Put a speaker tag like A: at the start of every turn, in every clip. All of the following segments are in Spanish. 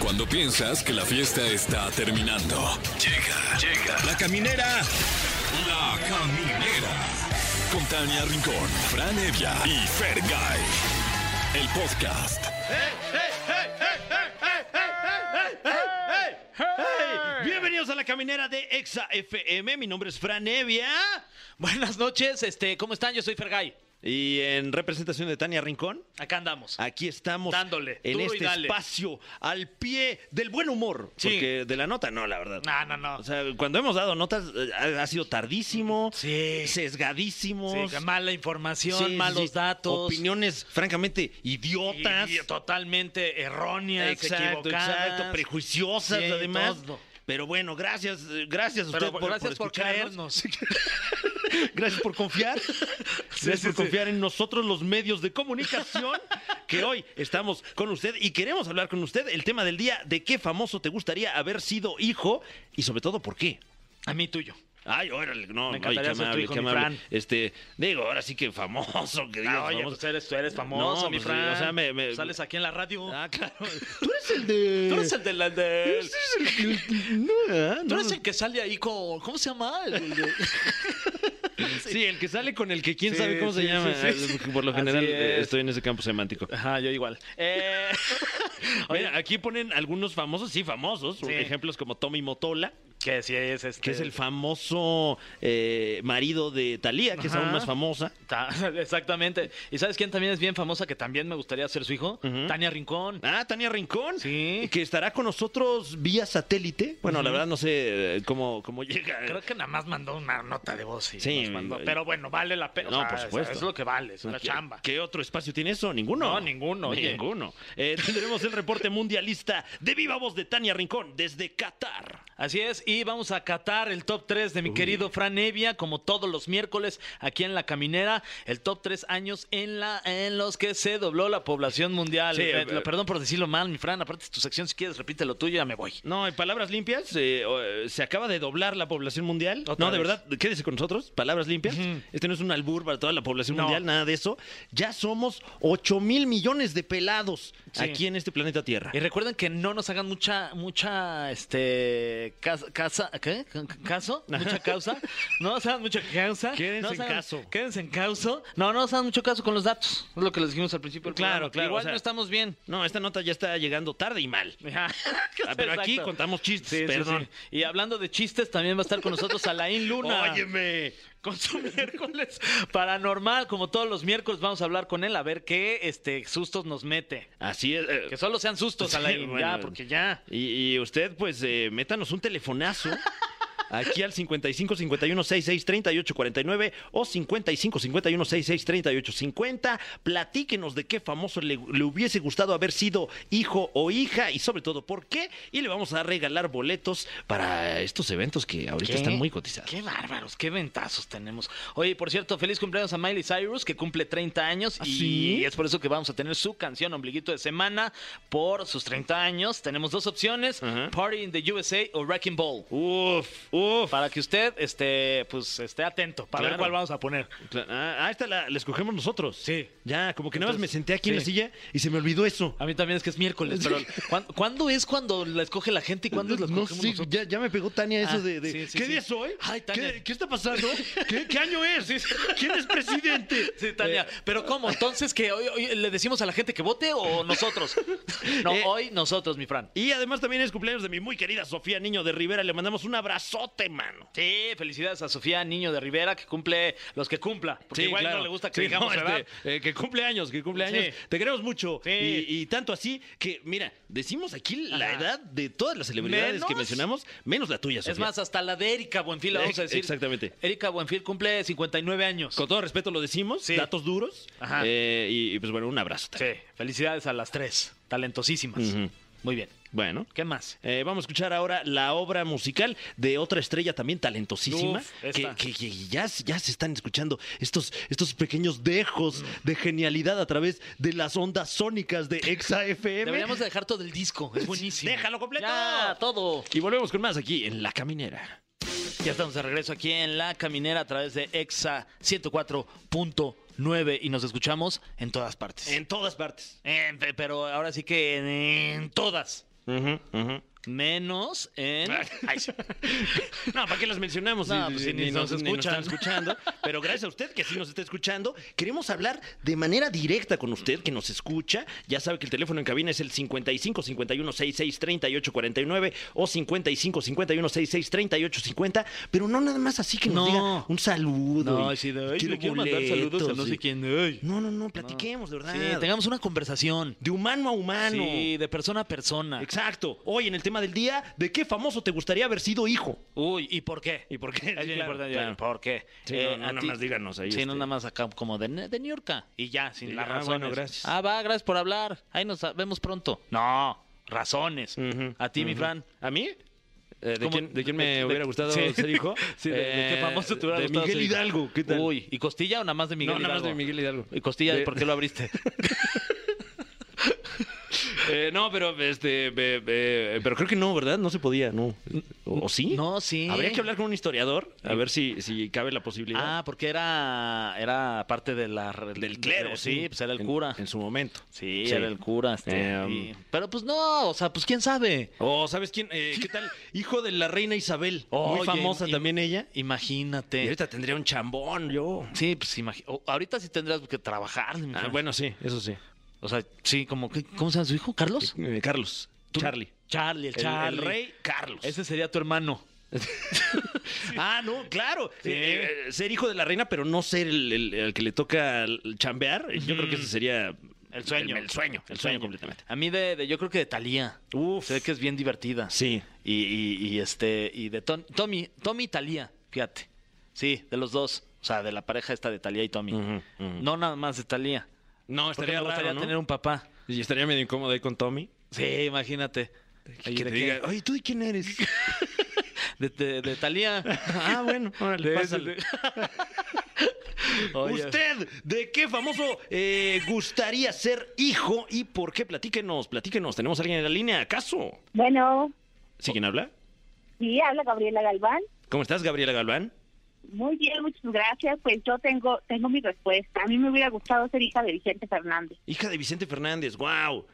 A: Cuando piensas que la fiesta está terminando. Llega, llega. La caminera. La caminera. Con Tania Rincón, Fran Evia y Fer El podcast.
B: Bienvenidos a la caminera de Exa FM. Mi nombre es Fran Evia.
C: Buenas noches, este, ¿cómo están? Yo soy Fergay.
B: Y en representación de Tania Rincón,
C: Acá andamos.
B: aquí estamos
C: Dándole,
B: en
C: duro y
B: este
C: dale.
B: espacio al pie del buen humor.
C: Sí.
B: Porque de la nota, no, la verdad.
C: No, no, no.
B: O sea, cuando hemos dado notas, eh, ha ha sido tardísimo,
C: Sí.
B: sesgadísimos.
C: Sí, mala información,
B: sí,
C: malos
B: sí,
C: datos.
B: Opiniones, francamente, idiotas.
C: y- y totalmente erróneas,
B: exacto,
C: equivocadas.
B: exacto, prejuiciosas
C: Sí,
B: además.
C: todo.
B: Pero bueno, gracias, eh, gracias a
C: Pero
B: usted por,
C: gracias por,
B: escucharnos.
C: caernos.
B: Gracias por confiar. Gracias
C: sí,
B: por
C: sí.
B: confiar en nosotros, los medios de comunicación, que hoy estamos con usted y queremos hablar con usted el tema del día de qué famoso te gustaría haber sido hijo y sobre todo por qué.
C: A mí tuyo.
B: Ay, órale, no,
C: Me
B: no, ay, qué
C: encantaría ser tu
B: amable,
C: hijo,
B: qué
C: mi
B: amable.
C: Fran.
B: Este, digo, ahora sí que famoso, que digas
C: Ah, oye,
B: famoso.
C: pues eres, tú eres famoso,
B: No,
C: mi
B: pues,
C: Fran.
B: o sea, me- me-
C: Sales aquí en la radio.
B: Ah, claro. Tú eres el de
C: Tú eres el de la- del-
B: No, ah,
C: Tú
B: no.
C: eres el que sale ahí con... ¿Cómo se llama? El- el de-
B: Sí, el que sale con el que quién
C: Sí,
B: sabe cómo se
C: sí,
B: llama.
C: sí, sí, sí.
B: Por lo
C: Así
B: general eh,
C: es.
B: estoy en ese campo semántico.
C: Ajá, yo igual. Eh, oye,
B: Ah, Mira, aquí ponen algunos famosos, sí, famosos.
C: Sí.
B: Ejemplos como Tommy Motola,
C: que sí es este...
B: que es el famoso eh, marido de Talía, que es
C: Ajá.
B: aún más famosa.
C: Ta- Exactamente. ¿Y sabes quién también es bien famosa que también me gustaría ser su hijo?
B: Ujú.
C: Tania Rincón.
B: Ah, Tania Rincón.
C: Sí.
B: Que estará con nosotros vía satélite. Bueno, la
C: Ujú.
B: verdad no sé eh, cómo, cómo llega.
C: Creo que nada más mandó una nota de voz. y
B: Sí,
C: nos mandó.
B: y-
C: Pero bueno, vale la pena. O
B: No,
C: sea,
B: por supuesto.
C: Es lo que vale, es una
B: ¿Qué-
C: chamba.
B: ¿Qué otro espacio tiene eso? Ninguno.
C: No, ninguno, oye.
B: Ninguno. Eh, tendremos el reporte mundialista de viva voz de Tania Rincón desde Qatar.
C: Así es, y vamos a catar el top 3 de mi querido Fran Evia, como todos los miércoles aquí en La Caminera, el top 3 años en la en los que se dobló la población mundial.
B: Sí,
C: Eh,
B: eh,
C: lo- perdón por decirlo mal, mi Fran, aparte es tu sección, si quieres repite lo tuyo, ya me voy.
B: No, en palabras limpias, eh, o- eh, se acaba de doblar la población mundial.
C: Otra
B: no, de
C: vez.
B: verdad, quédese con nosotros, palabras limpias.
C: Ujú.
B: Este no es un albur para toda la población
C: No.
B: mundial, nada de eso. Ya somos 8 mil millones de pelados
C: Sí.
B: aquí en este planeta Tierra.
C: Y recuerden que no nos hagan mucha, mucha, este, casa, casa ¿qué? C- c- ¿Caso? Mucha causa. No nos hagan mucha causa.
B: Quédense
C: No nos
B: en
C: hagan-
B: caso.
C: Quédense en caso. No, no nos hagan mucho caso con los datos. Es lo que les dijimos al principio. del
B: Claro,
C: programa.
B: claro,
C: Igual
B: o sea-
C: no estamos bien.
B: No, esta nota ya está llegando tarde y mal. Ah, pero aquí
C: Exacto.
B: contamos chistes,
C: Sí, sí,
B: perdón.
C: sí. Y hablando de chistes, también va a estar con nosotros Alain Luna.
B: Óyeme.
C: Con su miércoles paranormal, como todos los miércoles, vamos a hablar con él a ver qué este, sustos nos mete.
B: Así es. eh,
C: Que solo sean sustos,
B: Sí,
C: Alain, ya,
B: bueno.
C: porque ya.
B: Y, y usted, pues, eh, métanos un telefonazo. Aquí al 55 51 66 38 49 o 55 51 66 38 50. Platíquenos de qué famoso le, le hubiese gustado haber sido hijo o hija y sobre todo por qué. Y le vamos a regalar boletos para estos eventos que ahorita
C: ¿Qué?
B: están muy cotizados.
C: Qué bárbaros, qué ventazos tenemos. Oye, por cierto, feliz cumpleaños a Miley Cyrus, que cumple 30 años.
B: ¿Ah,
C: y
B: sí?
C: es por eso que vamos a tener su canción Ombliguito de Semana por sus 30 años. Tenemos dos opciones:
B: Ajá.
C: Party in the USA o Wrecking Ball.
B: Uf, uf.
C: Para que usted esté, pues, esté atento para
B: Claro.
C: ver cuál vamos a poner.
B: Cla- Ah, ah, esta la, la escogemos nosotros.
C: Sí.
B: Ya, como que nada más me
C: Entonces,
B: senté aquí en la
C: sí.
B: silla y se me olvidó eso.
C: A mí también es que es miércoles, pero ¿cuán- ¿cuándo, es cuando la escoge la gente y cuándo la
B: No
C: escogemos
B: sé,
C: nosotros?
B: ya, ya me pegó Tania eso
C: Ah,
B: de, de,
C: sí, sí,
B: ¿qué
C: sí.
B: día es hoy?
C: Ay, Tania.
B: ¿Qué, qué está pasando? ¿Qué, qué año es? ¿Quién es presidente?
C: Sí, Tania.
B: Eh,
C: Pero ¿cómo? Entonces, que hoy, hoy le decimos a la gente que vote o nosotros? No,
B: Eh.
C: hoy nosotros, mi Fran.
B: y además también es cumpleaños de mi muy querida Sofía Niño de Rivera. Le mandamos un abrazote, mano.
C: Sí, felicidades a Sofía Niño de Rivera, que cumple los que cumpla. Porque igual no le gusta que
B: Sí,
C: digamos
B: no,
C: la edad.
B: este, eh, que cumpleaños, que cumpleaños.
C: Sí.
B: Te queremos mucho.
C: Sí.
B: Y, y tanto así que, mira, decimos aquí la
C: Ajá.
B: edad de todas las celebridades que
C: Menos-
B: mencionamos, menos la tuya, Sofía.
C: Es más, hasta la de Erika Buenfil, la vamos a
B: Ex-
C: decir.
B: exactamente.
C: Erika Buenfil cumple 59 años.
B: Con todo respeto lo decimos,
C: Sí.
B: datos duros.
C: Ajá.
B: Eh, y, y, pues bueno, un abrazo.
C: Sí, felicidades a las tres. Talentosísimas.
B: Ujú.
C: Muy bien.
B: Bueno.
C: ¿Qué más?
B: Eh, vamos a escuchar ahora la obra musical de otra estrella también talentosísima,
C: Uf,
B: que,
C: esta.
B: que- que ya, ya se están escuchando estos, estos pequeños
C: Mm.
B: dejos de genialidad a través de las ondas sónicas de Exa FM.
C: Deberíamos de dejar todo el disco. Es buenísimo.
B: ¡Déjalo completo!
C: Ya, todo.
B: Y volvemos con más aquí en La Caminera.
C: Ya estamos de regreso aquí en La Caminera a través de EXA 104.9 y nos escuchamos en todas partes. Eh,
B: En todas partes.
C: En- pe- pero ahora sí que en, en todas.
B: Ujú, ujú.
C: menos en...
B: Ay, sí. No, ¿para qué las mencionamos?
C: No,
B: si-
C: pues
B: si
C: si ni nos
B: están escuchando? Pero gracias a usted que sí nos está escuchando, queremos hablar de manera directa con usted que nos escucha. Ya sabe que el teléfono en cabina es el 55 51 66 38 49 o 55 51 66 38 50. Pero no nada más así que nos
C: No.
B: diga un saludo.
C: No,
B: y
C: sí, de, "Ay,
B: quiero
C: le quiero mandar saludos a
B: boletos",
C: no
B: y-
C: sé quién. ay".
B: No, no, no, platiquemos, de verdad.
C: Sí, tengamos una conversación.
B: De humano a humano.
C: Sí, de persona a persona.
B: Exacto. Hoy en el tema del día, ¿de qué famoso te gustaría haber sido hijo?
C: Uy, ¿y por qué?
B: ¿Y por qué?
C: Es
B: Sí,
C: bien
B: claro,
C: importante.
B: claro.
C: ¿Por qué? Eh,
B: Sí, no, no,
C: a
B: nada
C: ti-
B: más díganos ahí,
C: Sí, no,
B: este.
C: nada más acá como de, de New York. Y ya, sin
B: Sí,
C: las
B: ah,
C: razones.
B: bueno, gracias.
C: Ah, va, gracias por hablar. Ahí nos vemos pronto. No, razones.
B: Ujú,
C: a ti, mi
B: ujú.
C: Fran.
B: ¿A mí? Eh, ¿de,
C: ¿Cómo?
B: quién, de quién me
C: De- de-
B: hubiera gustado
C: sí.
B: ser hijo?
C: Sí, de- de qué
B: Eh,
C: famoso te hubiera
B: de
C: gustado
B: Miguel
C: ser hijo?
B: Hidalgo, ¿qué tal?
C: Uy, ¿y costilla o nada más de Miguel
B: no, nada más de
C: Hidalgo?
B: Miguel Hidalgo.
C: ¿Y costilla?
B: De-
C: ¿Por qué lo abriste?
B: Eh, no, pero este, eh, eh, pero creo que no, ¿verdad? No se podía, no. ¿O, o sí?
C: No, sí.
B: Habría que hablar con un historiador a ver si, si cabe la posibilidad
C: Ah, porque era, era parte de la, re-
B: del clero.
C: de- sí, pues era el
B: En-
C: cura.
B: En, su momento.
C: Sí, era el cura. este,
B: Em.
C: y- Pero pues no, o sea, pues quién sabe.
B: O, ¿sabes quién? Eh, ¿Qué tal? Hijo de la reina Isabel. Muy
C: Oye,
B: famosa
C: im-
B: también ella. Y
C: Imagínate.
B: ahorita tendría un chambón yo.
C: Sí, pues imagínate. Ahorita sí tendrás que trabajar. mi
B: Ah,
C: Fran.
B: bueno, sí, eso sí.
C: O sea, sí, como que, ¿cómo se llama su hijo? ¿Carlos?
B: Eh, Carlos.
C: Tú-
B: Charlie.
C: Charlie, el
B: El-
C: Charlie.
B: El, rey Carlos.
C: Ese sería tu hermano.
B: Ah, no, claro.
C: Sí.
B: Eh, eh, ser hijo de la reina, pero no ser el, el- el que le toca l- chambear. Yo creo que ese sería
C: El sueño.
B: El, el sueño, el, sueño completamente.
C: A mí de, de- yo creo que de Talía.
B: Uf.
C: Se ve que es bien divertida.
B: Sí.
C: Y, y- y, este, y de Tom- Tommy, Tommy y Talía, fíjate. Sí, de los dos. O sea, de la pareja esta de Talía y Tommy.
B: Ujú, ujú.
C: No nada más de Talía.
B: No,
C: Porque me
B: estaría
C: gustaría
B: raro, ¿no?
C: tener un papá.
B: Y estaría medio incómodo ahí con Tommy.
C: Sí, imagínate.
B: Que,
C: Oye,
B: te
C: ¿de qué?
B: diga, oye, ¿tú de quién eres?
C: De, de, de Talía.
B: ah, bueno, órale,
C: De-
B: pásale.
C: de- Oye.
B: ¿Usted de qué famoso eh, gustaría ser hijo y por qué? Platíquenos, platíquenos. ¿Tenemos a alguien en la línea? ¿Acaso?
D: Bueno,
B: ¿Sí quién habla?
D: sí, habla Gabriela Galván.
B: ¿Cómo estás, Gabriela Galván?
D: Muy bien, muchas gracias. Pues yo tengo tengo mi respuesta. A mí me hubiera gustado ser hija de Vicente Fernández.
B: Hija de Vicente Fernández, wow.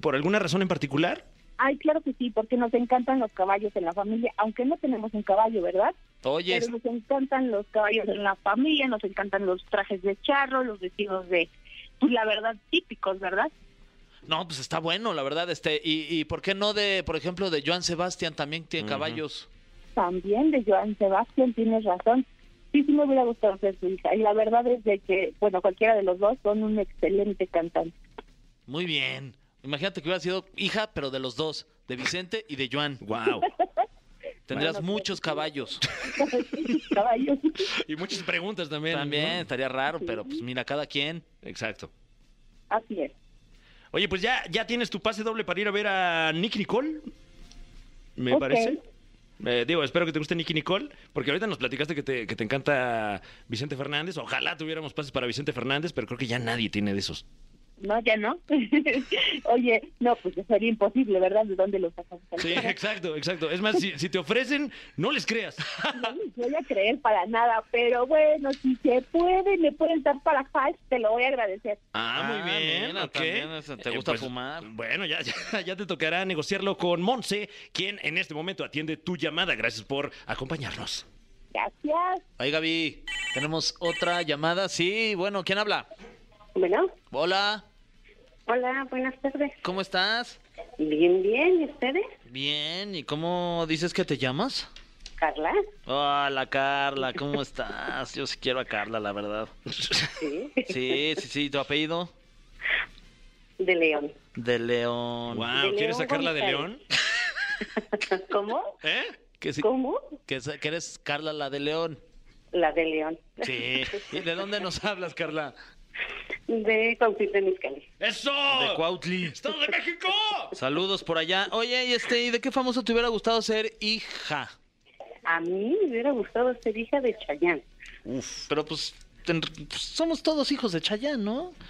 B: ¿Por alguna razón en particular?
D: Ay, claro que sí, porque nos encantan los caballos en la familia, aunque no tenemos un caballo, ¿verdad?
C: Oye,
D: Pero nos encantan los caballos en la familia, nos encantan los trajes de charro, los vestidos de, pues la verdad, típicos, ¿verdad?
C: no, pues está bueno, la verdad. Este, y, y por qué no de, por ejemplo, de Joan Sebastián también tiene
B: Ujú.
C: caballos.
D: También de Joan Sebastián, tienes razón. Sí, sí me hubiera gustado ser su hija. Y la verdad es de que, bueno, cualquiera de los dos son un excelente cantante.
C: Muy bien. Imagínate que hubiera sido hija, pero de los dos, de Vicente y de Joan.
B: Wow.
C: Tendrías
D: Bueno,
C: muchos
D: sí.
C: caballos.
D: caballos.
B: y muchas preguntas también.
C: También
B: ¿no?
C: estaría raro, pero pues mira, cada quien.
B: Exacto.
D: Así es.
B: Oye, pues ya, ya tienes tu pase doble para ir a ver a Nick Nicole. Me
D: Ok.
B: parece. Eh, digo, espero que te guste Nicky Nicole, porque ahorita nos platicaste que te, que te encanta Vicente Fernández. Ojalá tuviéramos pases para Vicente Fernández, pero creo que ya nadie tiene de esos.
D: No, ya no. Oye, no, pues sería imposible, ¿verdad? ¿De dónde lo sacas?
B: Sí, exacto, exacto. Es más, si, si te ofrecen, no les creas.
D: No les voy a creer para nada, pero bueno, si se puede, me pueden dar para hash, te lo voy a agradecer.
B: Ah, muy
C: Ah,
B: bien.
C: mira,
B: ok. Eh, pues,
C: también, este, te gusta fumar.
B: Bueno, ya, ya, ya te tocará negociarlo con Monse, quien en este momento atiende tu llamada. Gracias por acompañarnos.
D: Gracias.
C: Ahí, Gaby, tenemos otra llamada. Sí, bueno, ¿quién habla?
E: Bueno,
C: Hola,
E: hola, buenas tardes.
C: ¿cómo estás?
E: Bien, bien, ¿y ustedes?
C: Bien, ¿y cómo dices que te llamas?
E: Carla,
C: Hola Carla, ¿cómo estás? Yo sí quiero a Carla, la verdad.
E: sí,
C: Sí, sí, sí, tu apellido
E: de León.
C: de León.
B: Wow, ¿quieres
E: León
B: sacarla de
E: González.
B: León?
E: ¿Cómo?
B: ¿Eh?
C: Que, sí-
E: ¿Cómo?
C: que sa- que eres Carla la de León.
E: La de León.
C: Sí. ¿Y de dónde nos hablas, Carla?
E: De Cuautitlán Izcalli.
B: ¡Eso!
C: De Cuautli.
B: ¡Estado de México!
C: Saludos por allá. Oye, y este, ¿y de qué famoso te hubiera gustado ser hija?
E: A mí me hubiera gustado ser hija de Chayán.
C: Uf. Pero pues, ten- pues, somos todos hijos de Chayán, ¿no?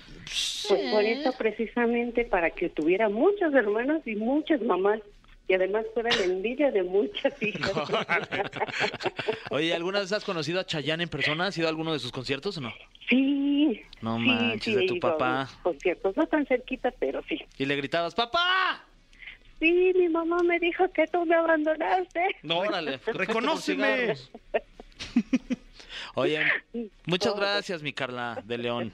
E: Pues por eso precisamente para que tuviera muchos hermanos y muchas mamás y además fuera la envidia de muchas hijas.
C: Oye, ¿alguna vez has conocido a Chayán en persona? ¿Has ido a alguno de sus conciertos o no?
E: sí.
C: No
E: sí,
C: manches,
E: sí,
C: de
E: he
C: tu
E: ido a
C: papá.
E: unos conciertos, no tan cerquita, pero sí.
C: Y le gritabas, ¡papá!
E: sí, mi mamá me dijo que tú me abandonaste.
C: No, órale. fue por
B: reconóceme.
C: cigarros. Oye, muchas
E: Pobre.
C: gracias, mi Carla de León.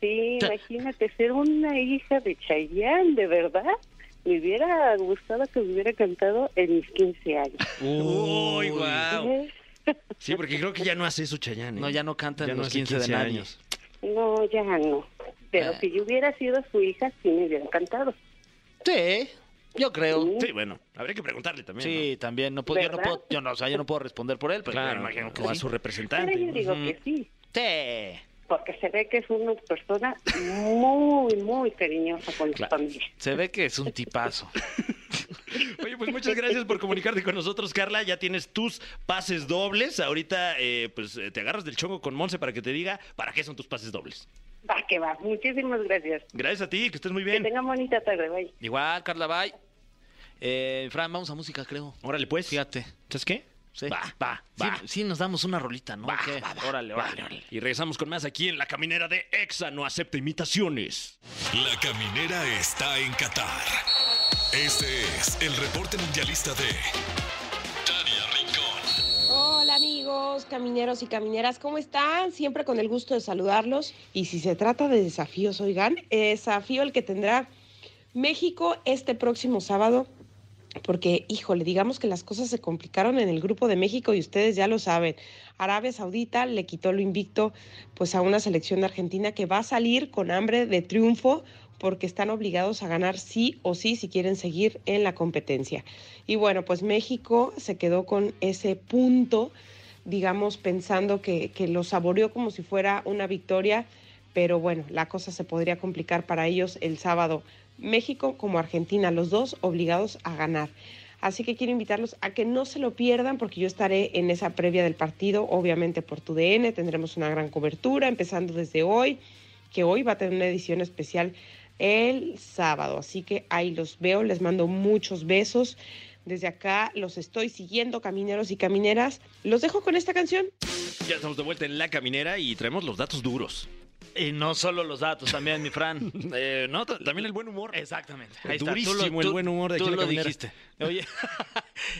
E: Sí,
C: Cha-
E: imagínate ser una hija de Chayanne, de verdad. Me hubiera gustado que me hubiera cantado en mis 15 años.
B: Uy, guau.
E: ¿Eh?
B: Sí, porque creo que ya no hace eso Chayanne. ¿eh?
C: No, ya no canta en
B: Ya no
C: los
B: hace
C: 15 de
B: 15
C: nadie.
B: años.
E: No, ya no. Pero
C: Ah.
E: si yo hubiera sido su hija, sí me hubiera cantado.
C: Sí, yo creo.
E: Sí.
B: Sí, bueno, habría que preguntarle también.
C: Sí, también. No puedo, yo, no
E: ¿Verdad?
C: puedo, yo, no, o sea, yo no puedo responder por él,
B: ¿no?
C: pero
B: Claro,
C: yo imagino que
B: o a
C: sí.
B: su
E: Pero
B: representante.
E: yo
B: ¿no?
E: digo
C: Ujú.
E: que sí,
C: Sí.
E: porque se ve que es una persona muy, muy cariñosa con
B: Claro.
E: su familia.
C: Se ve que es un tipazo.
B: Oye, pues muchas gracias por comunicarte con nosotros, Carla. Ya tienes tus pases dobles. Ahorita, eh, pues eh, te agarras del chongo con Monse para que te diga para qué son tus pases dobles.
E: Va, que va. Muchísimas gracias.
B: Gracias a ti, que estés muy
E: Que
B: bien.
E: tengan bonita tarde. Bye.
C: Igual, Carla, bye. Eh, Fran, vamos a música, creo.
B: Órale, pues.
C: Fíjate.
B: ¿Sabes qué?
C: Sí.
B: Va, va,
C: Sí,
B: va.
C: Sí, nos damos una rolita, ¿no? ¿Qué? Órale,
B: va,
C: órale,
B: va.
C: órale.
B: Y regresamos con más aquí en La Caminera de Exa. No acepta imitaciones.
A: La caminera está en Qatar. Este es el reporte mundialista de Tania Rincón.
F: Hola amigos, camineros y camineras, ¿cómo están? Siempre con el gusto de saludarlos. Y si se trata de desafíos, oigan, eh, desafío el que tendrá México este próximo sábado, porque híjole, digamos que las cosas se complicaron en el grupo de México y ustedes ya lo saben. Arabia Saudita le quitó lo invicto pues a una selección de Argentina que va a salir con hambre de triunfo porque están obligados a ganar sí o sí si quieren seguir en la competencia. Y bueno, pues México se quedó con ese punto, digamos, pensando que, que lo saboreó como si fuera una victoria, pero bueno, la cosa se podría complicar para ellos el sábado. México como Argentina, los dos obligados a ganar. Así que quiero invitarlos a que no se lo pierdan porque yo estaré en esa previa del partido, obviamente por tu DN, tendremos una gran cobertura empezando desde hoy, que hoy va a tener una edición especial el sábado. Así que ahí los veo, les mando muchos besos. Desde acá los estoy siguiendo, camineros y camineras. Los dejo con esta canción.
B: Ya estamos de vuelta en La Caminera y traemos los datos duros.
C: Y no solo los datos, también, mi Fran.
B: Eh, no, t- también el buen humor.
C: Eh, Exactamente.
B: Durísimo el buen humor de
C: tú
B: aquí en la
C: lo
B: caminera.
C: dijiste. Oye,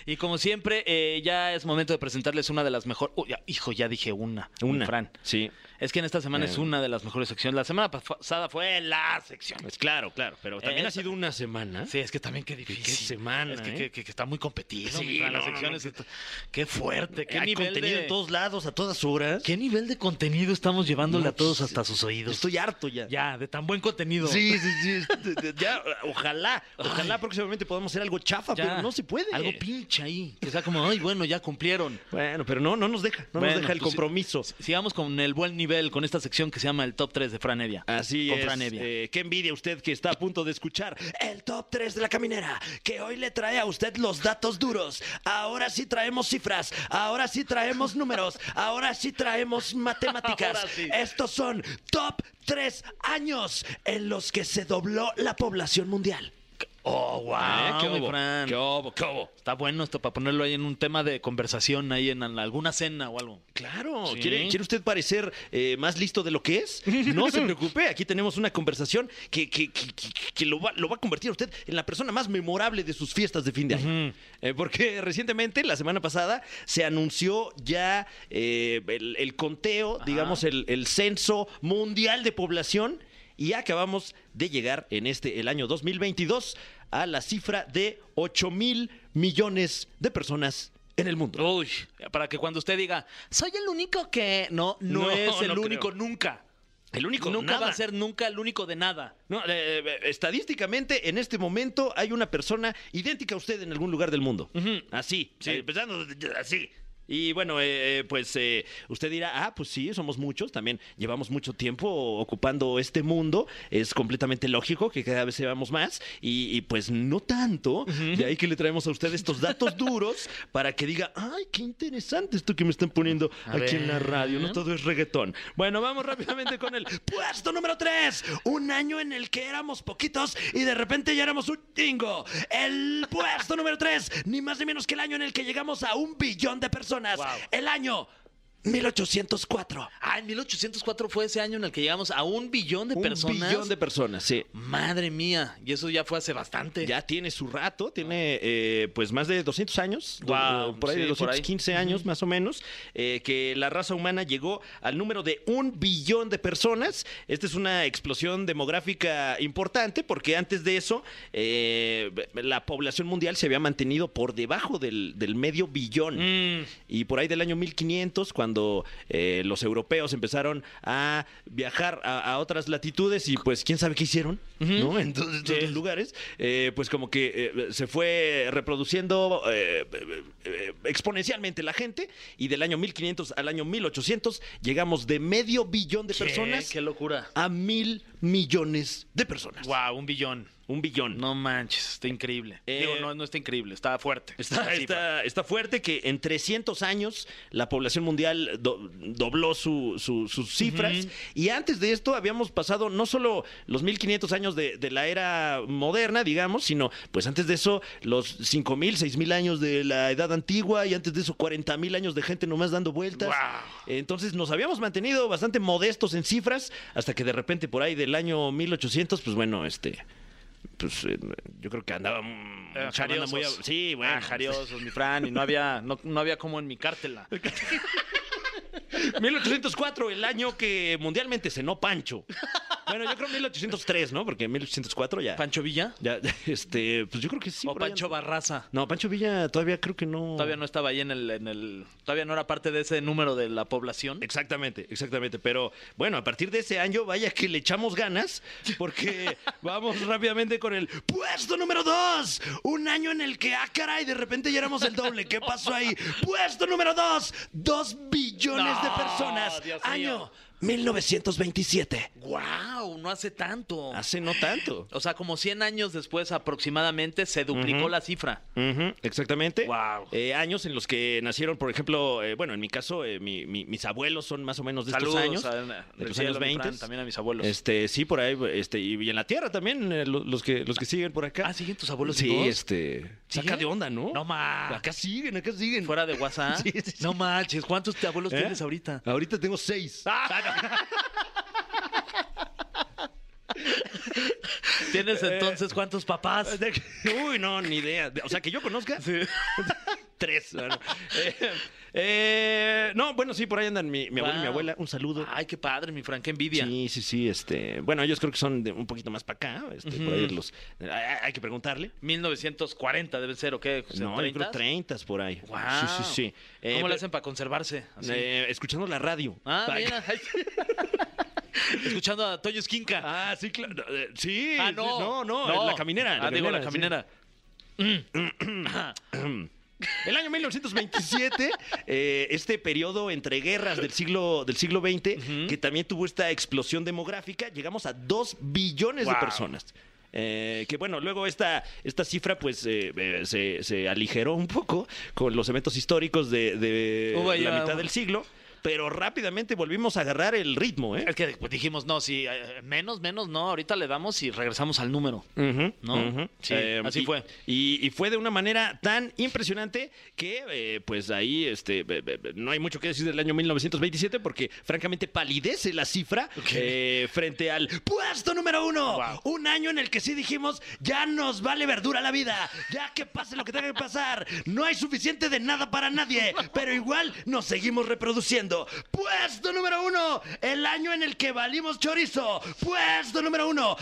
C: y como siempre, eh, ya es momento de presentarles una de las mejores. hijo, ya dije una.
B: Una.
C: Fran.
B: Sí.
C: Es que en esta semana
B: Eh.
C: es una de las mejores secciones. La semana pasada fue la sección.
B: Pues claro, claro. Pero también
C: Eh,
B: ha sido una semana.
C: Sí, es que también qué difícil.
B: semana,
C: Es que,
B: ¿eh?
C: que- que- que está muy competido.
B: Sí,
C: mi Fran, las
B: no, no,
C: secciones.
B: no,
C: está- Qué fuerte. Qué
B: Hay
C: nivel
B: contenido
C: de-
B: en todos lados, a todas horas.
C: ¿Qué nivel de contenido estamos llevándole
B: No,
C: a todos
B: sí,
C: hasta sus oídos?
B: Estoy harto ya.
C: Ya, de tan buen contenido.
B: Sí, sí, sí. este, de- Ya, ojalá, ojalá próximamente podamos hacer algo chafa,
C: Ya.
B: pero no se puede.
C: Algo pinche ahí. Que sea como, ay, bueno, ya cumplieron.
B: Bueno, pero no, no nos deja, no
C: Bueno,
B: nos deja el
C: pues sí.
B: compromiso.
C: Sigamos con el buen nivel, con esta sección que se llama el top 3 de Fran Evia.
B: Así
C: con
B: es.
C: Fran Evia.
B: eh, qué envidia usted que está a punto de escuchar el top 3 de la caminera, que hoy le trae a usted los datos duros. Ahora sí traemos cifras, ahora sí traemos números, ahora sí traemos matemáticas.
C: Ahora sí.
B: Estos son top 3 años en los que se dobló la población mundial.
C: Oh, wow.
B: Ah,
C: mi
B: hubo?
C: Fran.
B: ¿Qué hubo? ¿Qué hubo?
C: Está bueno esto para ponerlo ahí en un tema de conversación, ahí en alguna cena o algo.
B: Claro,
C: Sí.
B: ¿quiere, quiere usted parecer eh, más listo de lo que es? No se preocupe, aquí tenemos una conversación que, que- que- que- que lo, va, lo va a convertir a usted en la persona más memorable de sus fiestas de fin de año. Eh, porque recientemente, la semana pasada, se anunció ya eh, el, el conteo, digamos, el, el censo mundial de población y acabamos de llegar en este, el año 2022, a la cifra de 8 mil millones de personas en el mundo.
C: Uy, para que cuando usted diga, soy el único que... No, no,
B: No,
C: es el
B: no
C: único
B: creo.
C: nunca.
B: El único
C: nunca va
B: nada.
C: a ser nunca el único de nada.
B: No, eh, eh, estadísticamente, en este momento hay una persona idéntica a usted en algún lugar del mundo. Así, sí. empezando de- así. Y bueno, eh, eh, pues eh, usted dirá, ah, pues sí, somos muchos, también llevamos mucho tiempo ocupando este mundo, es completamente lógico que cada vez seamos más, y, y, pues no tanto, de ahí que le traemos a usted estos datos duros para que diga, ay, qué interesante esto que me están poniendo
C: A
B: aquí en la
C: ver.
B: radio, no todo es reggaetón. Bueno, vamos rápidamente con el puesto número 3. Un año en el que éramos poquitos y de repente ya éramos un chingo. El puesto número 3, ni más ni menos que el año en el que llegamos a un billón de personas.
C: Wow.
B: El año 1804.
C: Ah, en 1804 fue ese año en el que llegamos a un billón de
B: Un
C: personas.
B: billón de personas, sí.
C: Madre mía, y eso ya fue hace bastante.
B: Ya tiene su rato, tiene eh, pues más de 200 años, do-
C: Guau,
B: eh, por ahí de
C: sí, por ahí.
B: 215 años más o menos, eh, que la raza humana llegó al número de un billón de personas. Esta es una explosión demográfica importante porque antes de eso eh, la población mundial se había mantenido por debajo del, del medio billón.
C: Mm,
B: Y por ahí del año 1500, cuando eh, los europeos empezaron a viajar a, a otras latitudes y pues quién sabe qué hicieron, ¿no? En todos estos
C: Sí.
B: lugares, eh, pues como que eh, se fue reproduciendo eh, eh, exponencialmente la gente y del año 1500 al año 1800 llegamos de medio billón de
C: ¿qué?
B: personas
C: Qué locura.
B: a mil millones de personas.
C: Wow, un billón.
B: Un billón.
C: No manches, está increíble.
B: Eh,
C: Digo, no, no está increíble, está fuerte.
B: Está,
C: Sí,
B: está- está fuerte que en 300 años la población mundial do- dobló su- su- sus cifras.
C: Ujú.
B: Y antes de esto habíamos pasado no solo los 1500 años de, de la era moderna, digamos, sino pues antes de eso los 5000, 6000 años de la edad antigua y antes de eso 40000 años de gente nomás dando vueltas.
C: Guau.
B: Entonces nos habíamos mantenido bastante modestos en cifras hasta que de repente por ahí del año 1800, pues bueno, este... Pues eh, yo creo que andaba mm,
C: Eh,
B: mucha banda muy...
C: jariosos.
B: a- Sí, bueno.
C: Ah, jariosos, mi Fran, y no había, no, no había como en mi cártela.
B: 1804, el año que mundialmente cenó Pancho. Bueno, yo creo 1803, ¿no? Porque 1804 ya.
C: ¿Pancho Villa?
B: ya este, pues yo creo que sí.
C: ¿O
B: por ahí
C: Pancho
B: anda.
C: Barraza?
B: No, Pancho Villa todavía creo que no.
C: Todavía no estaba ahí en el, en el. Todavía no era parte de ese número de la población.
B: Exactamente, exactamente. Pero bueno, a partir de ese año, vaya que le echamos ganas, porque vamos rápidamente con el puesto número 2. Un año en el que, ah, caray, de repente ya éramos el doble. ¿Qué pasó ahí? Puesto número 2. Dos billones de
C: No,
B: personas.
C: Dios mío.
B: año 1927.
C: ¡Wow! No hace tanto.
B: Hace no tanto.
C: O sea, como 100 años después aproximadamente se duplicó
B: Ujú.
C: la cifra.
B: Ujú, exactamente.
C: Guau.
B: Eh, años en los que nacieron, por ejemplo, eh, bueno, en mi caso, eh, mi- mi- mis abuelos son más o menos de estos años.
C: a-
B: de
C: del
B: los
C: cielo,
B: años
C: mi
B: 20.
C: Fran, también a mis abuelos.
B: Este, sí, por ahí, este, y, y en la tierra también, eh, lo- los que los que siguen por acá.
C: Ah, ¿siguen tus abuelos
B: Sí,
C: vivos?
B: este.
C: ¿Siguen?
B: Saca de onda, ¿no?
C: No más.
B: Acá siguen, acá siguen.
C: Fuera de WhatsApp.
B: Sí, sí, sí.
C: No manches, ¿cuántos te- abuelos
B: ¿Eh?
C: tienes ahorita? Ah.
B: Ahorita tengo seis.
C: ¿Tienes
B: Eh.
C: entonces cuántos papás?
B: Uy, no, ni idea. De- O sea, que yo conozca. Tres. Ah, no. Eh, eh, no, bueno, sí, por ahí andan mi, mi abuelo y mi
C: Wow.
B: abuela. Un saludo.
C: Ay, qué padre, mi Fran, qué envidia.
B: Sí, sí, sí. Este, bueno, ellos creo que son de un poquito más para acá. Este, por ahí
C: Ujú.
B: los, hay, hay que preguntarle.
C: 1940 debe ser, ¿o qué? José?
B: No, yo creo
C: 30s?
B: 30 por ahí.
C: Wow.
B: Sí, sí, sí. Eh,
C: ¿Cómo le
B: pero-
C: hacen para conservarse? así?
B: eh, escuchando la radio.
C: Ah,
B: Ay,
C: mira. Escuchando a Toyo Esquinca.
B: Ah, sí, claro. eh, Sí.
C: Ah,
B: sí, No,
C: no.
B: no, la caminera.
C: Ah, digo, la
B: sí.
C: caminera.
B: El año 1927, eh, este periodo entre guerras del siglo, del siglo XX, que también tuvo esta explosión demográfica, llegamos a 2 billones de
C: Wow.
B: personas. Eh, que bueno, luego esta, esta cifra pues eh, eh, se, se aligeró un poco con los eventos históricos de, de
C: Hubo ahí
B: la
C: una-
B: mitad del siglo, pero rápidamente volvimos a agarrar el ritmo, ¿eh?
C: Es que después dijimos, no, si eh, menos, menos, no, ahorita le damos y regresamos al número.
B: Ujú,
C: ¿No?
B: ujú.
C: Sí, así
B: Eh, y-
C: fue.
B: Y, y fue de una manera tan impresionante que, eh, pues ahí, este, be- be- be- no hay mucho que decir del año 1927 porque, francamente, palidece la cifra eh, frente al puesto número uno.
C: Wow.
B: Un año en el que sí dijimos, ya nos vale verdura la vida, ya que pase lo que tenga que pasar, no hay suficiente de nada para nadie, pero igual nos seguimos reproduciendo. Puesto número uno, el año en el que valimos chorizo. Puesto número uno,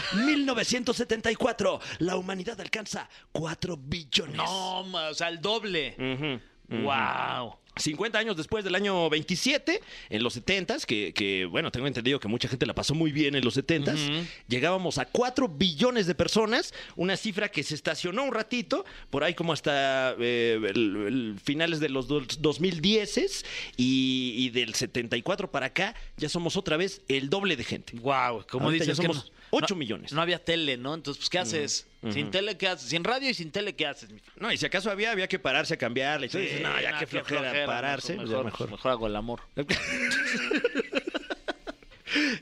B: 1974, la humanidad alcanza 4 billones.
C: No, ma, o sea, el doble.
B: Mm,
C: Wow.
B: 50 años después del año 27, en los 70s, que, que, bueno, tengo entendido que mucha gente la pasó muy bien en los 70s,
C: Ujú.
B: llegábamos a 4 billones de personas, una cifra que se estacionó un ratito, por ahí como hasta eh, el- el finales de los 2010 y, y del 74 para acá, ya somos otra vez el doble de gente.
C: Wow, como
B: mm. Ahorita
C: dices,
B: ya
C: que
B: somos
C: no-
B: ocho
C: no-
B: millones. Mm,
C: No había tele, ¿no? Entonces, pues, ¿qué haces?
B: ujú.
C: Sin tele, ¿qué haces? Sin radio y sin tele, ¿qué haces? mi Fran?
B: No, y si acaso había, había que pararse a cambiarle. Y tú dices, no, ya
C: nah,
B: que
C: qué
B: flojera, pararse.
C: Mejor,
B: pues ya
C: mejor,
B: mejor.
C: mejor hago el amor.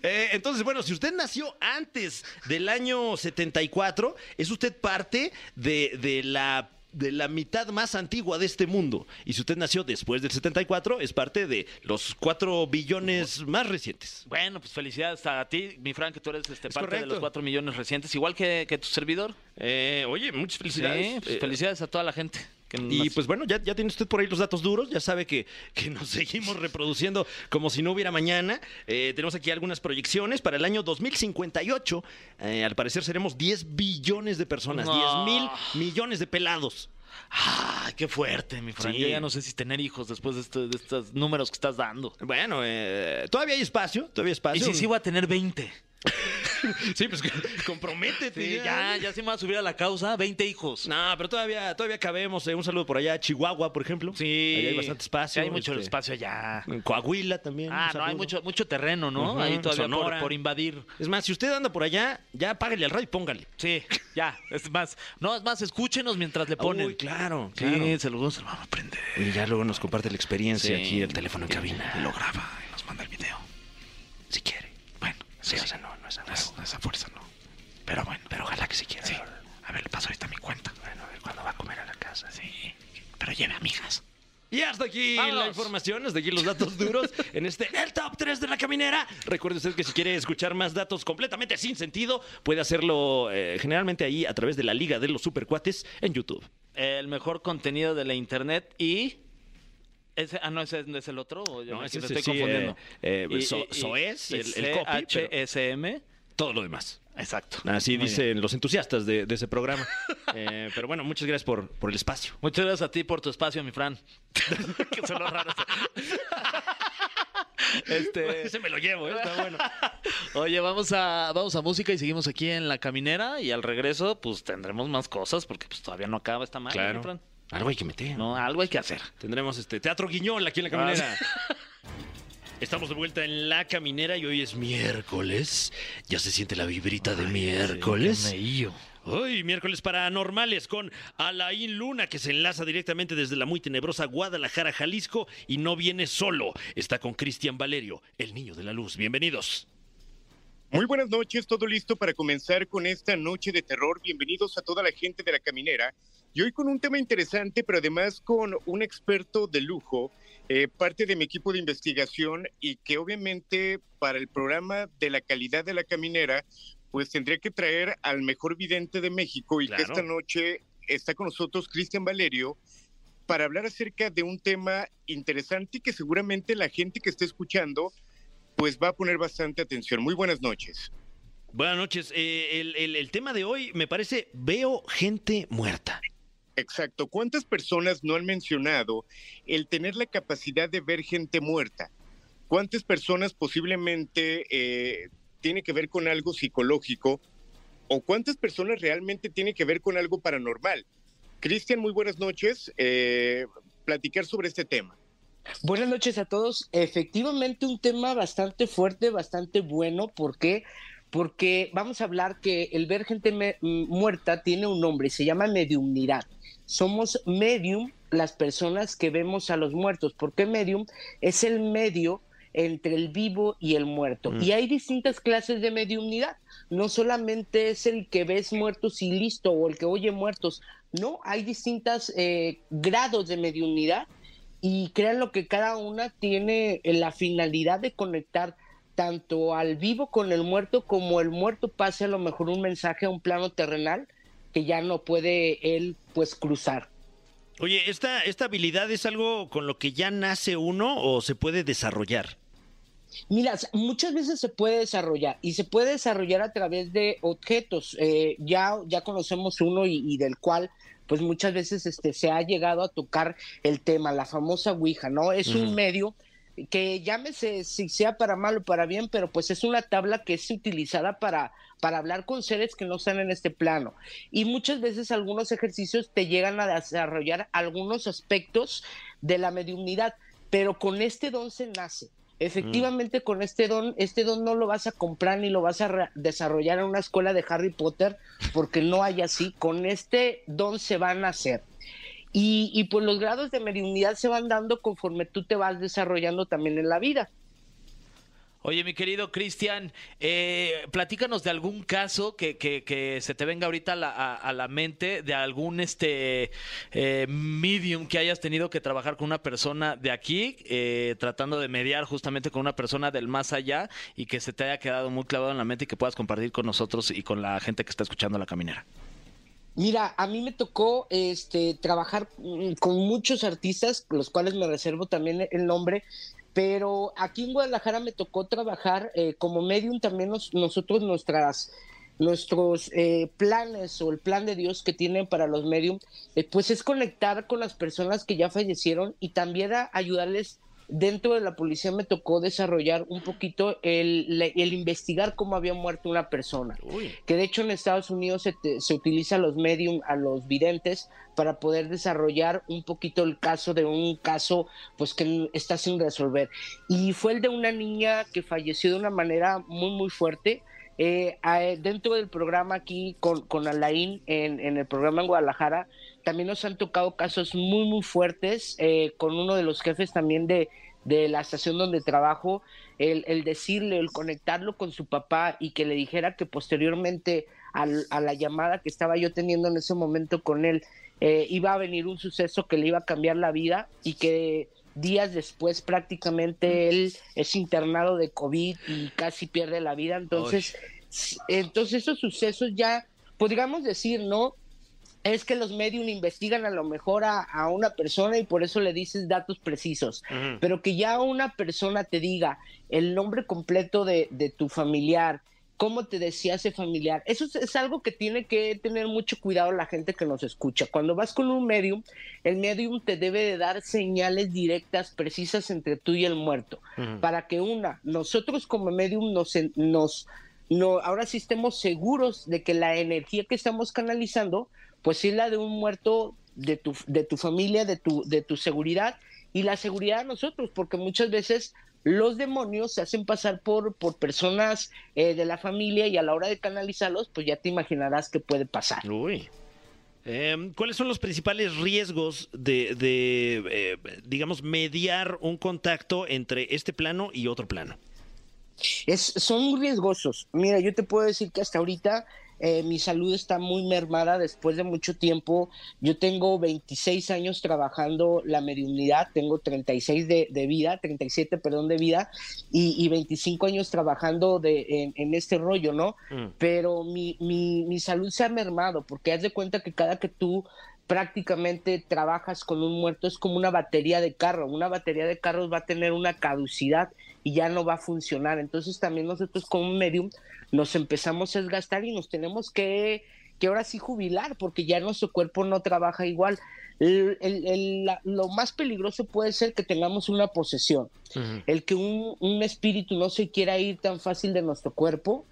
B: Eh, entonces, bueno, si usted nació antes del año 74, es usted parte de, de la de la mitad más antigua de este mundo. Y si usted nació después del 74, es parte de los 4 billones más recientes.
C: Bueno, pues felicidades a ti, mi Frank, que tú eres este,
B: Es
C: parte de
B: correcto.
C: los 4 millones recientes, igual que, que tu servidor.
B: Eh, oye, muchas felicidades.
C: Sí, pues,
B: Eh,
C: felicidades a toda la gente. que
B: Y
C: nació.
B: pues bueno, ya, ya tiene usted por ahí los datos duros, ya sabe que, que nos seguimos reproduciendo como si no hubiera mañana. Eh, tenemos aquí algunas proyecciones. Para el año 2058, eh, al parecer seremos 10 billones de personas,
C: No.
B: 10 mil millones de pelados.
C: ¡Ay, qué fuerte, mi Frank!
B: Sí.
C: Yo ya no sé si tener hijos después de, esto- de estos números que estás dando.
B: Bueno, eh, todavía hay espacio, todavía hay
C: Y
B: espacio.
C: si sí voy a tener 20.
B: Sí, pues comprométete.
C: Sí, ya, ya sí me voy a subir a la causa, 20 hijos.
B: No, pero todavía, todavía cabemos. eh, un saludo por allá a Chihuahua, por ejemplo. Allá hay bastante espacio.
C: hay mucho
B: este,
C: espacio allá.
B: en Coahuila también. un
C: Ah, no, hay
B: saludo.
C: mucho, mucho terreno, ¿no?
B: Ujú,
C: Ahí todavía por,
B: Sonora.
C: por invadir.
B: Es más, si usted anda por allá, ya págale al radio y póngale.
C: Sí, ya, es más. No, es más, escúchenos mientras le ponen.
B: Uy, claro,
C: Sí,
B: claro.
C: se lo, se lo vamos a aprender.
B: Y ya luego nos comparte la experiencia
C: Sí.
B: aquí, el teléfono en cabina.
C: Y lo graba y nos manda el video.
B: Si quiere.
C: Bueno,
B: Sí,
C: eso
B: o sea, no, no es a
C: No es- no es a fuerza, no. Pero bueno.
B: Pero ojalá que si quiera.
C: Sí. A ver, le paso ahorita mi cuenta. Bueno, a ver cuándo va a comer a la casa. Sí. Pero lleve amigas.
B: Y hasta aquí
C: Vámonos.
B: la información, hasta aquí los datos duros en este El Top 3 de la Caminera. Recuerde usted que si quiere escuchar más datos completamente sin sentido, puede hacerlo eh, generalmente ahí a través de la Liga de los Supercuates en YouTube.
C: El mejor contenido de la internet y. Ese, ah, no, ese es el otro. ¿o yo
B: No,
C: me-
B: ese
C: me
B: sí,
C: estoy
B: sí,
C: confundiendo.
B: eh, eh, so- soes, el- el copy, pero-
C: HSM.
B: Todo lo demás.
C: Exacto.
B: Así
C: Muy
B: dicen los entusiastas de, de ese programa. Eh, pero bueno, muchas gracias por, por el espacio.
C: Muchas gracias a ti por tu espacio, mi Fran. que son los raros. este,
B: Ese me lo llevo, ¿eh? está bueno.
C: oye, vamos a, vamos a música y seguimos aquí en la caminera. Y al regreso, pues tendremos más cosas porque pues, todavía no acaba esta madre, ¿no,
B: Claro.
C: Fran?
B: Algo hay que meter.
C: No, algo hay que hacer.
B: Tendremos este Teatro Guiñol aquí en la caminera. Estamos de vuelta en la caminera y hoy es miércoles. Ya se siente la vibrita de miércoles. Hoy miércoles paranormales con Alain Luna que se enlaza directamente desde la muy tenebrosa Guadalajara, Jalisco y no viene solo. Está con Cristian Valerio, el niño de la luz. Bienvenidos.
G: Muy buenas noches, todo listo para comenzar con esta noche de terror. Bienvenidos a toda la gente de la caminera. Y hoy con un tema interesante, pero además con un experto de lujo, eh, parte de mi equipo de investigación y que obviamente para el programa de la calidad de la caminera, pues tendría que traer al mejor vidente de México y
B: Claro.
G: que esta noche está con nosotros Cristian Valerio para hablar acerca de un tema interesante y que seguramente la gente que esté escuchando pues va a poner bastante atención. Muy buenas noches.
B: Buenas noches. Eh, el, el- el tema de hoy me parece veo gente muerta.
G: Exacto. ¿Cuántas personas no han mencionado el tener la capacidad de ver gente muerta? ¿Cuántas personas posiblemente eh, tiene que ver con algo psicológico? ¿O cuántas personas realmente tiene que ver con algo paranormal? Cristian, muy buenas noches. Eh, platicar sobre este tema.
H: Buenas noches a todos. Efectivamente, un tema bastante fuerte, bastante bueno. ¿Por qué? Porque vamos a hablar que el ver gente me- m- muerta tiene un nombre, se llama mediumnidad. Somos medium las personas que vemos a los muertos. ¿Por qué medium? Es el medio entre el vivo y el muerto.
B: Mm.
H: Y hay distintas clases de mediumnidad. No solamente es el que ves muertos y listo, o el que oye muertos. No, hay distintos grados de mediumnidad y crean lo que cada una tiene eh, la finalidad de conectar tanto al vivo con el muerto como el muerto pase a lo mejor un mensaje a un plano terrenal que ya no puede él pues cruzar.
B: Oye, ¿esta, ¿esta habilidad es algo con lo que ya nace uno o se puede desarrollar?
H: Mira, s- muchas veces se puede desarrollar y se puede desarrollar a través de objetos. Eh, ya, ya conocemos uno y, y del cual pues muchas veces este, se ha llegado a tocar el tema, la famosa Ouija, ¿no? Es
B: Ujú.
H: un medio que llámese si sea para mal o para bien, pero pues es una tabla que es utilizada para, para hablar con seres que no están en este plano. Y muchas veces algunos ejercicios te llegan a desarrollar algunos aspectos de la mediunidad, pero con este don se nace. Efectivamente, con este don, este don no lo vas a comprar ni lo vas a re- desarrollar en una escuela de Harry Potter, porque no hay así. Con este don se van a hacer. Y, y pues los grados de mediunidad se van dando conforme tú te vas desarrollando también en la vida.
C: Oye, mi querido Cristian, eh, platícanos de algún caso que, que- que se te venga ahorita a la, a- a la mente, de algún este eh, medium que hayas tenido que trabajar con una persona de aquí, eh, tratando de mediar justamente con una persona del más allá y que se te haya quedado muy clavado en la mente y que puedas compartir con nosotros y con la gente que está escuchando La Caminera.
H: Mira, a mí me tocó este, trabajar mm, con muchos artistas, los cuales me reservo también el nombre, pero aquí en Guadalajara me tocó trabajar eh, como medium también nos- nosotros nuestras nuestros eh, planes o el plan de Dios que tienen para los medium, eh, pues es conectar con las personas que ya fallecieron y también a ayudarles dentro de la policía me tocó desarrollar un poquito el, el investigar cómo había muerto una persona que de hecho en Estados Unidos se, te- se utiliza a los medium, a los videntes, para poder desarrollar un poquito el caso de un caso pues que n- está sin resolver. Y fue el de una niña que falleció de una manera muy, muy fuerte. Eh, a- eh, dentro del programa aquí con, con Alain, en, en el programa en Guadalajara, también nos han tocado casos muy, muy fuertes eh, con uno de los jefes también de, de la estación donde trabajo, el, el decirle, el conectarlo con su papá y que le dijera que posteriormente al- a la llamada que estaba yo teniendo en ese momento con él, eh, iba a venir un suceso que le iba a cambiar la vida y que días después prácticamente él es internado de COVID y casi pierde la vida. Entonces, s- entonces esos sucesos ya, podríamos decir, ¿no? es que los medios investigan a lo mejor a, a una persona y por eso le dices datos precisos. Pero que ya una persona te diga el nombre completo de, de tu familiar, cómo te decía ese familiar, eso es, es algo que tiene que tener mucho cuidado la gente que nos escucha. Cuando vas con un medium, el medium te debe de dar señales directas, precisas entre tú y el muerto, para que una, nosotros como medium nos... en- nos no, ahora sí estemos seguros de que la energía que estamos canalizando, pues es la de un muerto de tu, de tu familia, de tu, de tu seguridad y la seguridad de nosotros, porque muchas veces los demonios se hacen pasar por, por personas eh, de la familia y a la hora de canalizarlos, pues ya te imaginarás qué puede pasar.
B: Uy. Em, ¿Cuáles son los principales riesgos de, de, eh, digamos, mediar un contacto entre este plano y otro plano?
H: es, son muy riesgosos. Mira, yo te puedo decir que hasta ahorita eh, mi salud está muy mermada después de mucho tiempo. Yo tengo 26 años trabajando la mediunidad, tengo 36 de, de vida, 37, perdón, de vida, y, y 25 años trabajando de, en, en este rollo, ¿no? Pero mi, mi, mi salud se ha mermado porque haz de cuenta que cada que tú prácticamente trabajas con un muerto es como una batería de carro. Una batería de carros va a tener una caducidad y ya no va a funcionar. Entonces también nosotros como medium nos empezamos a desgastar y nos tenemos que, que ahora sí jubilar porque ya nuestro cuerpo no trabaja igual. El- el- el- la- lo más peligroso puede ser que tengamos una posesión, el que un, un espíritu no se quiera ir tan fácil de nuestro cuerpo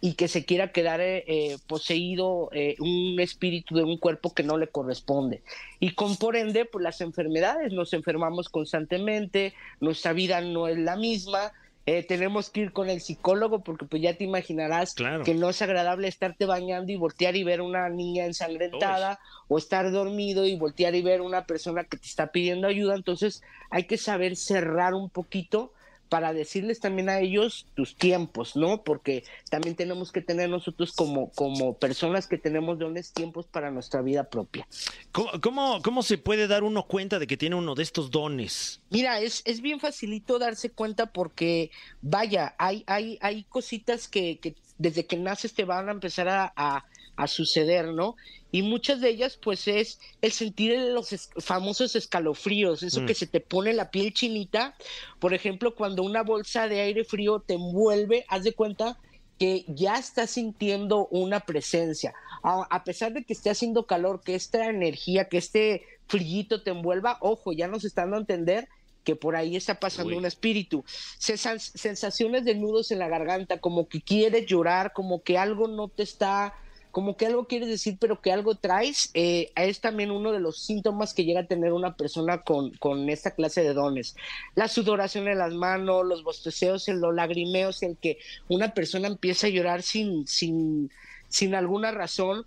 H: y que se quiera quedar eh, eh, poseído eh, un espíritu de un cuerpo que no le corresponde. Y con por ende, pues las enfermedades, nos enfermamos constantemente, nuestra vida no es la misma, eh, tenemos que ir con el psicólogo porque pues ya te imaginarás
B: Claro.
H: que no es agradable estarte bañando y voltear y ver una niña ensangrentada o estar dormido y voltear y ver una persona que te está pidiendo ayuda. Entonces hay que saber cerrar un poquito para decirles también a ellos tus tiempos, ¿no? Porque también tenemos que tener nosotros como, como personas que tenemos dones tiempos para nuestra vida propia.
B: ¿Cómo, cómo, cómo se puede dar uno cuenta de que tiene uno de estos dones?
H: Mira, es, es bien facilito darse cuenta porque, vaya, hay, hay, hay cositas que, que desde que naces te van a empezar a, a- a suceder, ¿no? Y muchas de ellas, pues, es el sentir el- los es- famosos escalofríos, eso que se te pone la piel chinita. Por ejemplo, cuando una bolsa de aire frío te envuelve, haz de cuenta que ya estás sintiendo una presencia. A, a pesar de que esté haciendo calor, que esta energía, que este frillito te envuelva, ojo, ya nos están dando a entender que por ahí está pasando un espíritu. Sesa- sensaciones de nudos en la garganta, como que quieres llorar, como que algo no te está, como que algo quieres decir, pero que algo traes, eh, es también uno de los síntomas que llega a tener una persona con, con esta clase de dones. La sudoración en las manos, los bosteceos, el- los lagrimeos, el que una persona empieza a llorar sin, sin, sin alguna razón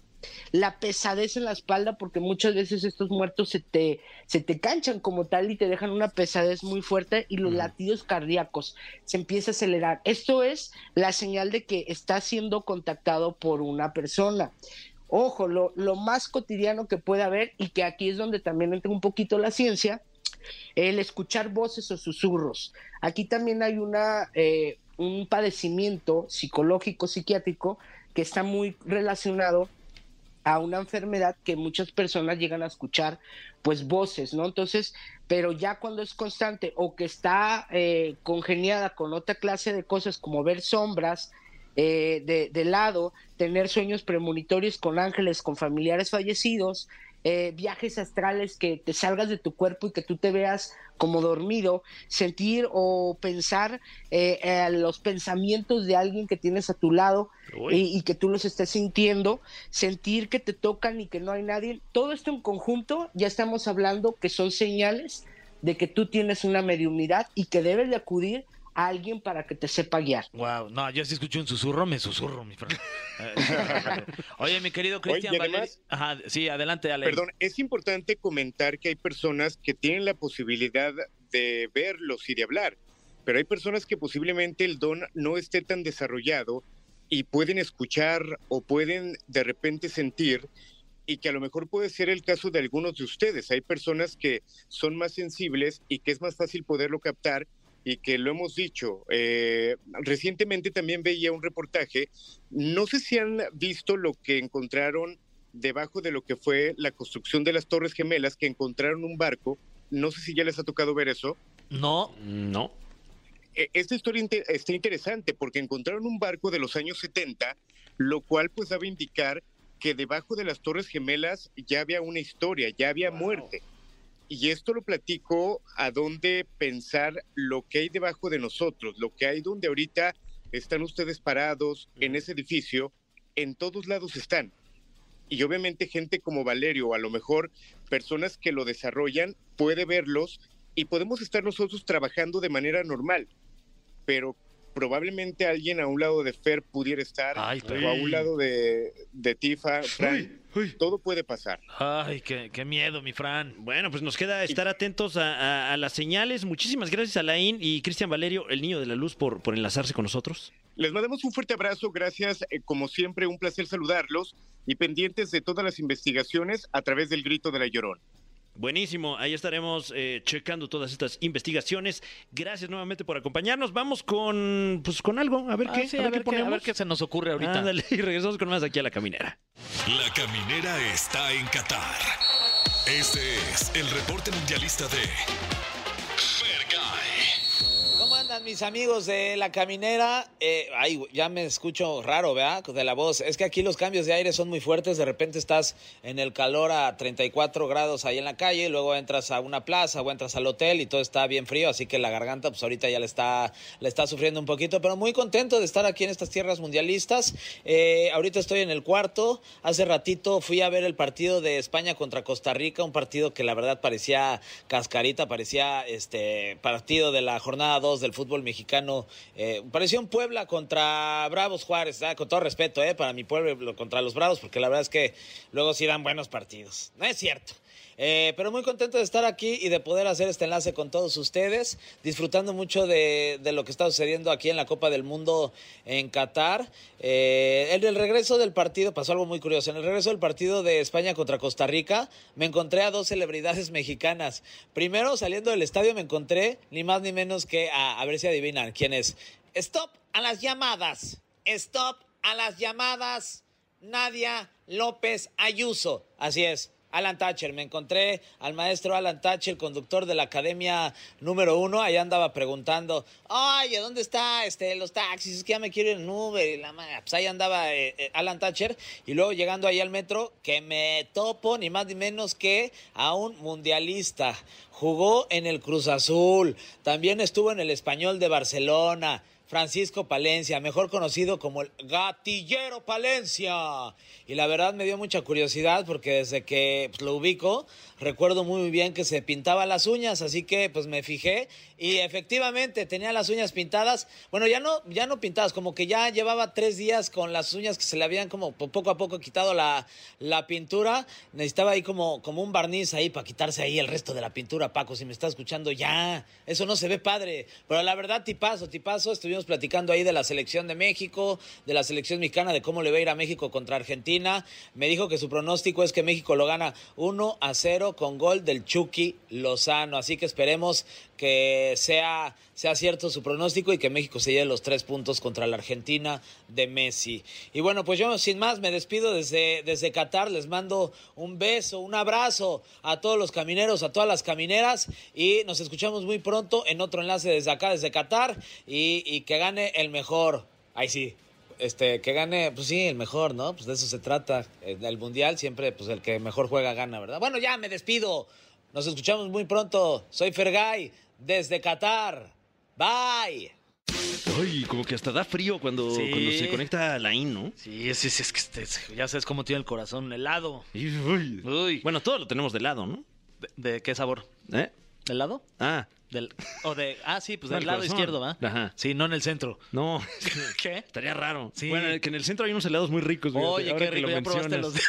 H: la pesadez en la espalda, porque muchas veces estos muertos se te, se te canchan como tal y te dejan una pesadez muy fuerte y los latidos cardíacos se empieza a acelerar. Esto es la señal de que está siendo contactado por una persona. Ojo, lo, lo más cotidiano que puede haber y que aquí es donde también entra un poquito la ciencia, el escuchar voces o susurros. Aquí también hay una, eh, un padecimiento psicológico, psiquiátrico, que está muy relacionado a una enfermedad que muchas personas llegan a escuchar, pues voces, ¿no? Entonces, pero ya cuando es constante o que está eh, congeniada con otra clase de cosas como ver sombras eh, de, de lado, tener sueños premonitorios con ángeles, con familiares fallecidos, eh, viajes astrales, que te salgas de tu cuerpo y que tú te veas como dormido, sentir o pensar eh, eh, los pensamientos de alguien que tienes a tu lado
B: Uy.
H: y, y que tú los estés sintiendo, sentir que te tocan y que no hay nadie, todo esto en conjunto ya estamos hablando que son señales de que tú tienes una mediunidad y que debes de acudir a alguien para que te sepa guiar.
C: Wow, no, yo sí escuché un susurro, me susurro, mi Fran. Eh, Oye, mi querido
G: Oye,
C: Cristian
G: y además-
C: Valeri- Ajá, sí, adelante, Ale.
G: Perdón, es importante comentar que hay personas que tienen la posibilidad de verlos y de hablar, pero hay personas que posiblemente el don no esté tan desarrollado y pueden escuchar o pueden de repente sentir y que a lo mejor puede ser el caso de algunos de ustedes. Hay personas que son más sensibles y que es más fácil poderlo captar y que lo hemos dicho. Eh, recientemente también veía un reportaje, no sé si han visto lo que encontraron debajo de lo que fue la construcción de las Torres Gemelas, que encontraron un barco, no sé si ya les ha tocado ver eso,
C: No,
B: No.
G: eh, esta historia inte- está interesante porque encontraron un barco de los años 70, lo cual pues daba a indicar que debajo de las Torres Gemelas ya había una historia, ya había muerte. Y esto lo platico a dónde pensar lo que hay debajo de nosotros, lo que hay donde ahorita están ustedes parados en ese edificio, en todos lados están. Y obviamente gente como Valerio, a lo mejor personas que lo desarrollan, puede verlos y podemos estar nosotros trabajando de manera normal, pero probablemente alguien a un lado de Fer pudiera estar,
C: Ay,
G: o a un lado de, de Tifa, Fran, todo puede pasar.
C: ay, qué, qué miedo, mi Fran.
B: Bueno, pues nos queda estar atentos a, a- a las señales. Muchísimas gracias, Alain y Cristian Valerio, el niño de la luz, por, por enlazarse con nosotros.
G: Les mandamos un fuerte abrazo, gracias, eh, como siempre, un placer saludarlos y pendientes de todas las investigaciones a través del grito de la llorón.
B: Buenísimo, ahí estaremos eh, checando todas estas investigaciones. Gracias nuevamente por acompañarnos. Vamos con, pues, con algo, a ver
C: Ah,
B: qué,
C: sí,
B: a ver qué ponemos.
C: a ver qué se nos ocurre ahorita.
B: Ándale, y regresamos con más aquí a la caminera.
A: La caminera está en Qatar. Este es el reporte mundialista de Fergay.
I: ¿Cómo andan mis amigos de la caminera? Eh, ay, güey, ya me escucho raro, ¿verdad? De la voz. Es que aquí los cambios de aire son muy fuertes. De repente estás en el calor a 34 grados ahí en la calle, y luego entras a una plaza o entras al hotel y todo está bien frío. Así que la garganta, pues ahorita ya le está, le está sufriendo un poquito, pero muy contento de estar aquí en estas tierras mundialistas. Eh, ahorita estoy en el cuarto. Hace ratito fui a ver el partido de España contra Costa Rica, un partido que la verdad parecía cascarita, parecía este partido de la jornada 2 del fútbol mexicano. eh, parecía un Puebla contra Bravos Juárez, ¿verdad? con todo respeto eh, para mi pueblo contra los Bravos, porque la verdad es que luego sí dan buenos partidos. No es cierto. Eh, pero muy contento de estar aquí y de poder hacer este enlace con todos ustedes, disfrutando mucho de, de lo que está sucediendo aquí en la Copa del Mundo en Qatar. Eh, en el regreso del partido, pasó algo muy curioso, en el regreso del partido de España contra Costa Rica, me encontré a dos celebridades mexicanas. Primero, saliendo del estadio, me encontré ni más ni menos que a, a ver si adivinan quién es. Stop a las llamadas. Stop a las llamadas. Nadia López Ayuso. Así es. Alan Thatcher, me encontré al maestro Alan Thatcher, conductor de la academia número uno. Allá andaba preguntando, oye, ¿dónde está este, los taxis? Es que ya me quiero ir en Uber. Y la ma-". Pues ahí andaba eh, eh, Alan Thatcher. Y luego llegando ahí al metro, que me topo ni más ni menos que a un mundialista. Jugó en el Cruz Azul. También estuvo en el Español de Barcelona. Francisco Palencia, mejor conocido como el Gatillero Palencia. Y la verdad me dio mucha curiosidad porque desde que pues, lo ubico, recuerdo muy bien que se pintaba las uñas, así que pues me fijé y efectivamente tenía las uñas pintadas. Bueno, ya no, ya no pintadas, como que ya llevaba tres días con las uñas que se le habían como po- poco a poco quitado la, la pintura. Necesitaba ahí como, como un barniz ahí para quitarse ahí el resto de la pintura, Paco. Si me está escuchando, ya. Eso no se ve padre. Pero la verdad, tipazo, tipazo. Estuvimos platicando ahí de la selección de México, de la selección mexicana, de cómo le va a ir a México contra Argentina. Me dijo que su pronóstico es que México lo gana 1 a 0 con gol del Chucky Lozano. Así que esperemos que sea, sea cierto su pronóstico y que México se lleve los tres puntos contra la Argentina de Messi. Y bueno, pues yo sin más me despido desde, desde Qatar, les mando un beso, un abrazo a todos los camineros, a todas las camineras y nos escuchamos muy pronto en otro enlace desde acá, desde Qatar y, y que gane el mejor. Ahí sí. Este, que gane, pues sí, el mejor, ¿no? Pues de eso se trata. En el mundial siempre, pues el que mejor juega gana, ¿verdad? Bueno, ya me despido. Nos escuchamos muy pronto. Soy Fergay desde Qatar. Bye.
B: Ay, como que hasta da frío cuando,
C: Sí.
B: cuando se conecta a la IN, ¿no?
C: Sí, sí, sí, es que este- ya sabes cómo tiene el corazón helado.
B: Y, uy.
C: Uy.
B: Bueno, todo lo tenemos de lado, ¿no?
C: ¿De, de qué sabor?
B: ¿Eh?
C: ¿Helado?
B: Ah,
C: Del, o de, ah, sí, pues
B: No,
C: del
B: el
C: lado
B: corazón.
C: izquierdo, ¿va?
B: Ajá.
C: Sí, no en el centro.
B: no.
C: ¿Qué?
B: Estaría raro.
C: Sí.
B: Bueno, que en el centro hay unos helados muy ricos. fíjate,
C: Oye,
B: ahora
C: qué
B: que
C: rico,
B: lo
C: ya probaste
B: mencionas.
C: los...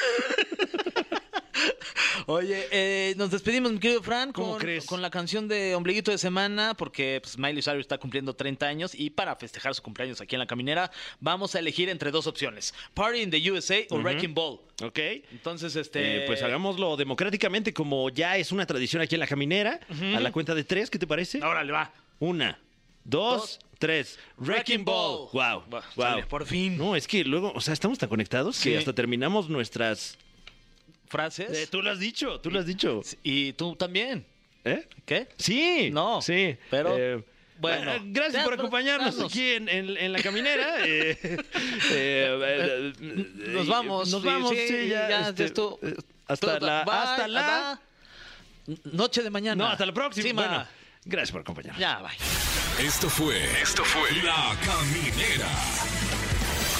C: Oye, eh, nos despedimos, mi querido Fran,
B: ¿Cómo
C: con,
B: crees?
C: con la canción de Ombliguito de Semana, porque pues, Miley Cyrus está cumpliendo 30 años y para festejar su cumpleaños aquí en La Caminera, vamos a elegir entre dos opciones, Party in the USA o Wrecking Ball.
B: Ok.
C: Entonces, este...
B: Eh, pues hagámoslo democráticamente, como ya es una tradición aquí en la caminera. A la cuenta de tres, ¿qué te parece?
C: Ahora le va.
B: Una, dos,
C: Dos.
B: tres. Wrecking
C: Wrecking
B: Ball.
C: Ball.
B: Wow.
C: Buah,
B: wow.
C: sale, por fin.
B: No, es que luego, o sea, estamos tan conectados
C: Sí.
B: que hasta terminamos nuestras.
C: Frases.
B: Eh, tú lo has dicho, tú lo has dicho.
C: Y tú también.
B: ¿Eh?
C: ¿Qué?
B: Sí.
C: No,
B: Sí.
C: pero,
B: Eh,
C: bueno.
B: eh, gracias
C: Ya,
B: por
C: pues, pero,
B: acompañarnos
C: vámonos.
B: aquí en, en- en la caminera. eh, eh, eh, eh,
C: Nos vamos.
B: Nos
C: sí,
B: vamos, sí,
C: sí,
B: ya.
C: ya,
B: este,
C: esto-
B: eh, hasta
C: todo-
B: la.
C: bye,
B: hasta la.
C: hasta- Noche de mañana.
B: No, hasta la próxima.
C: Sí, ma.
B: bueno, gracias por acompañarnos.
C: Ya, bye.
A: Esto fue. Esto fue. La Caminera.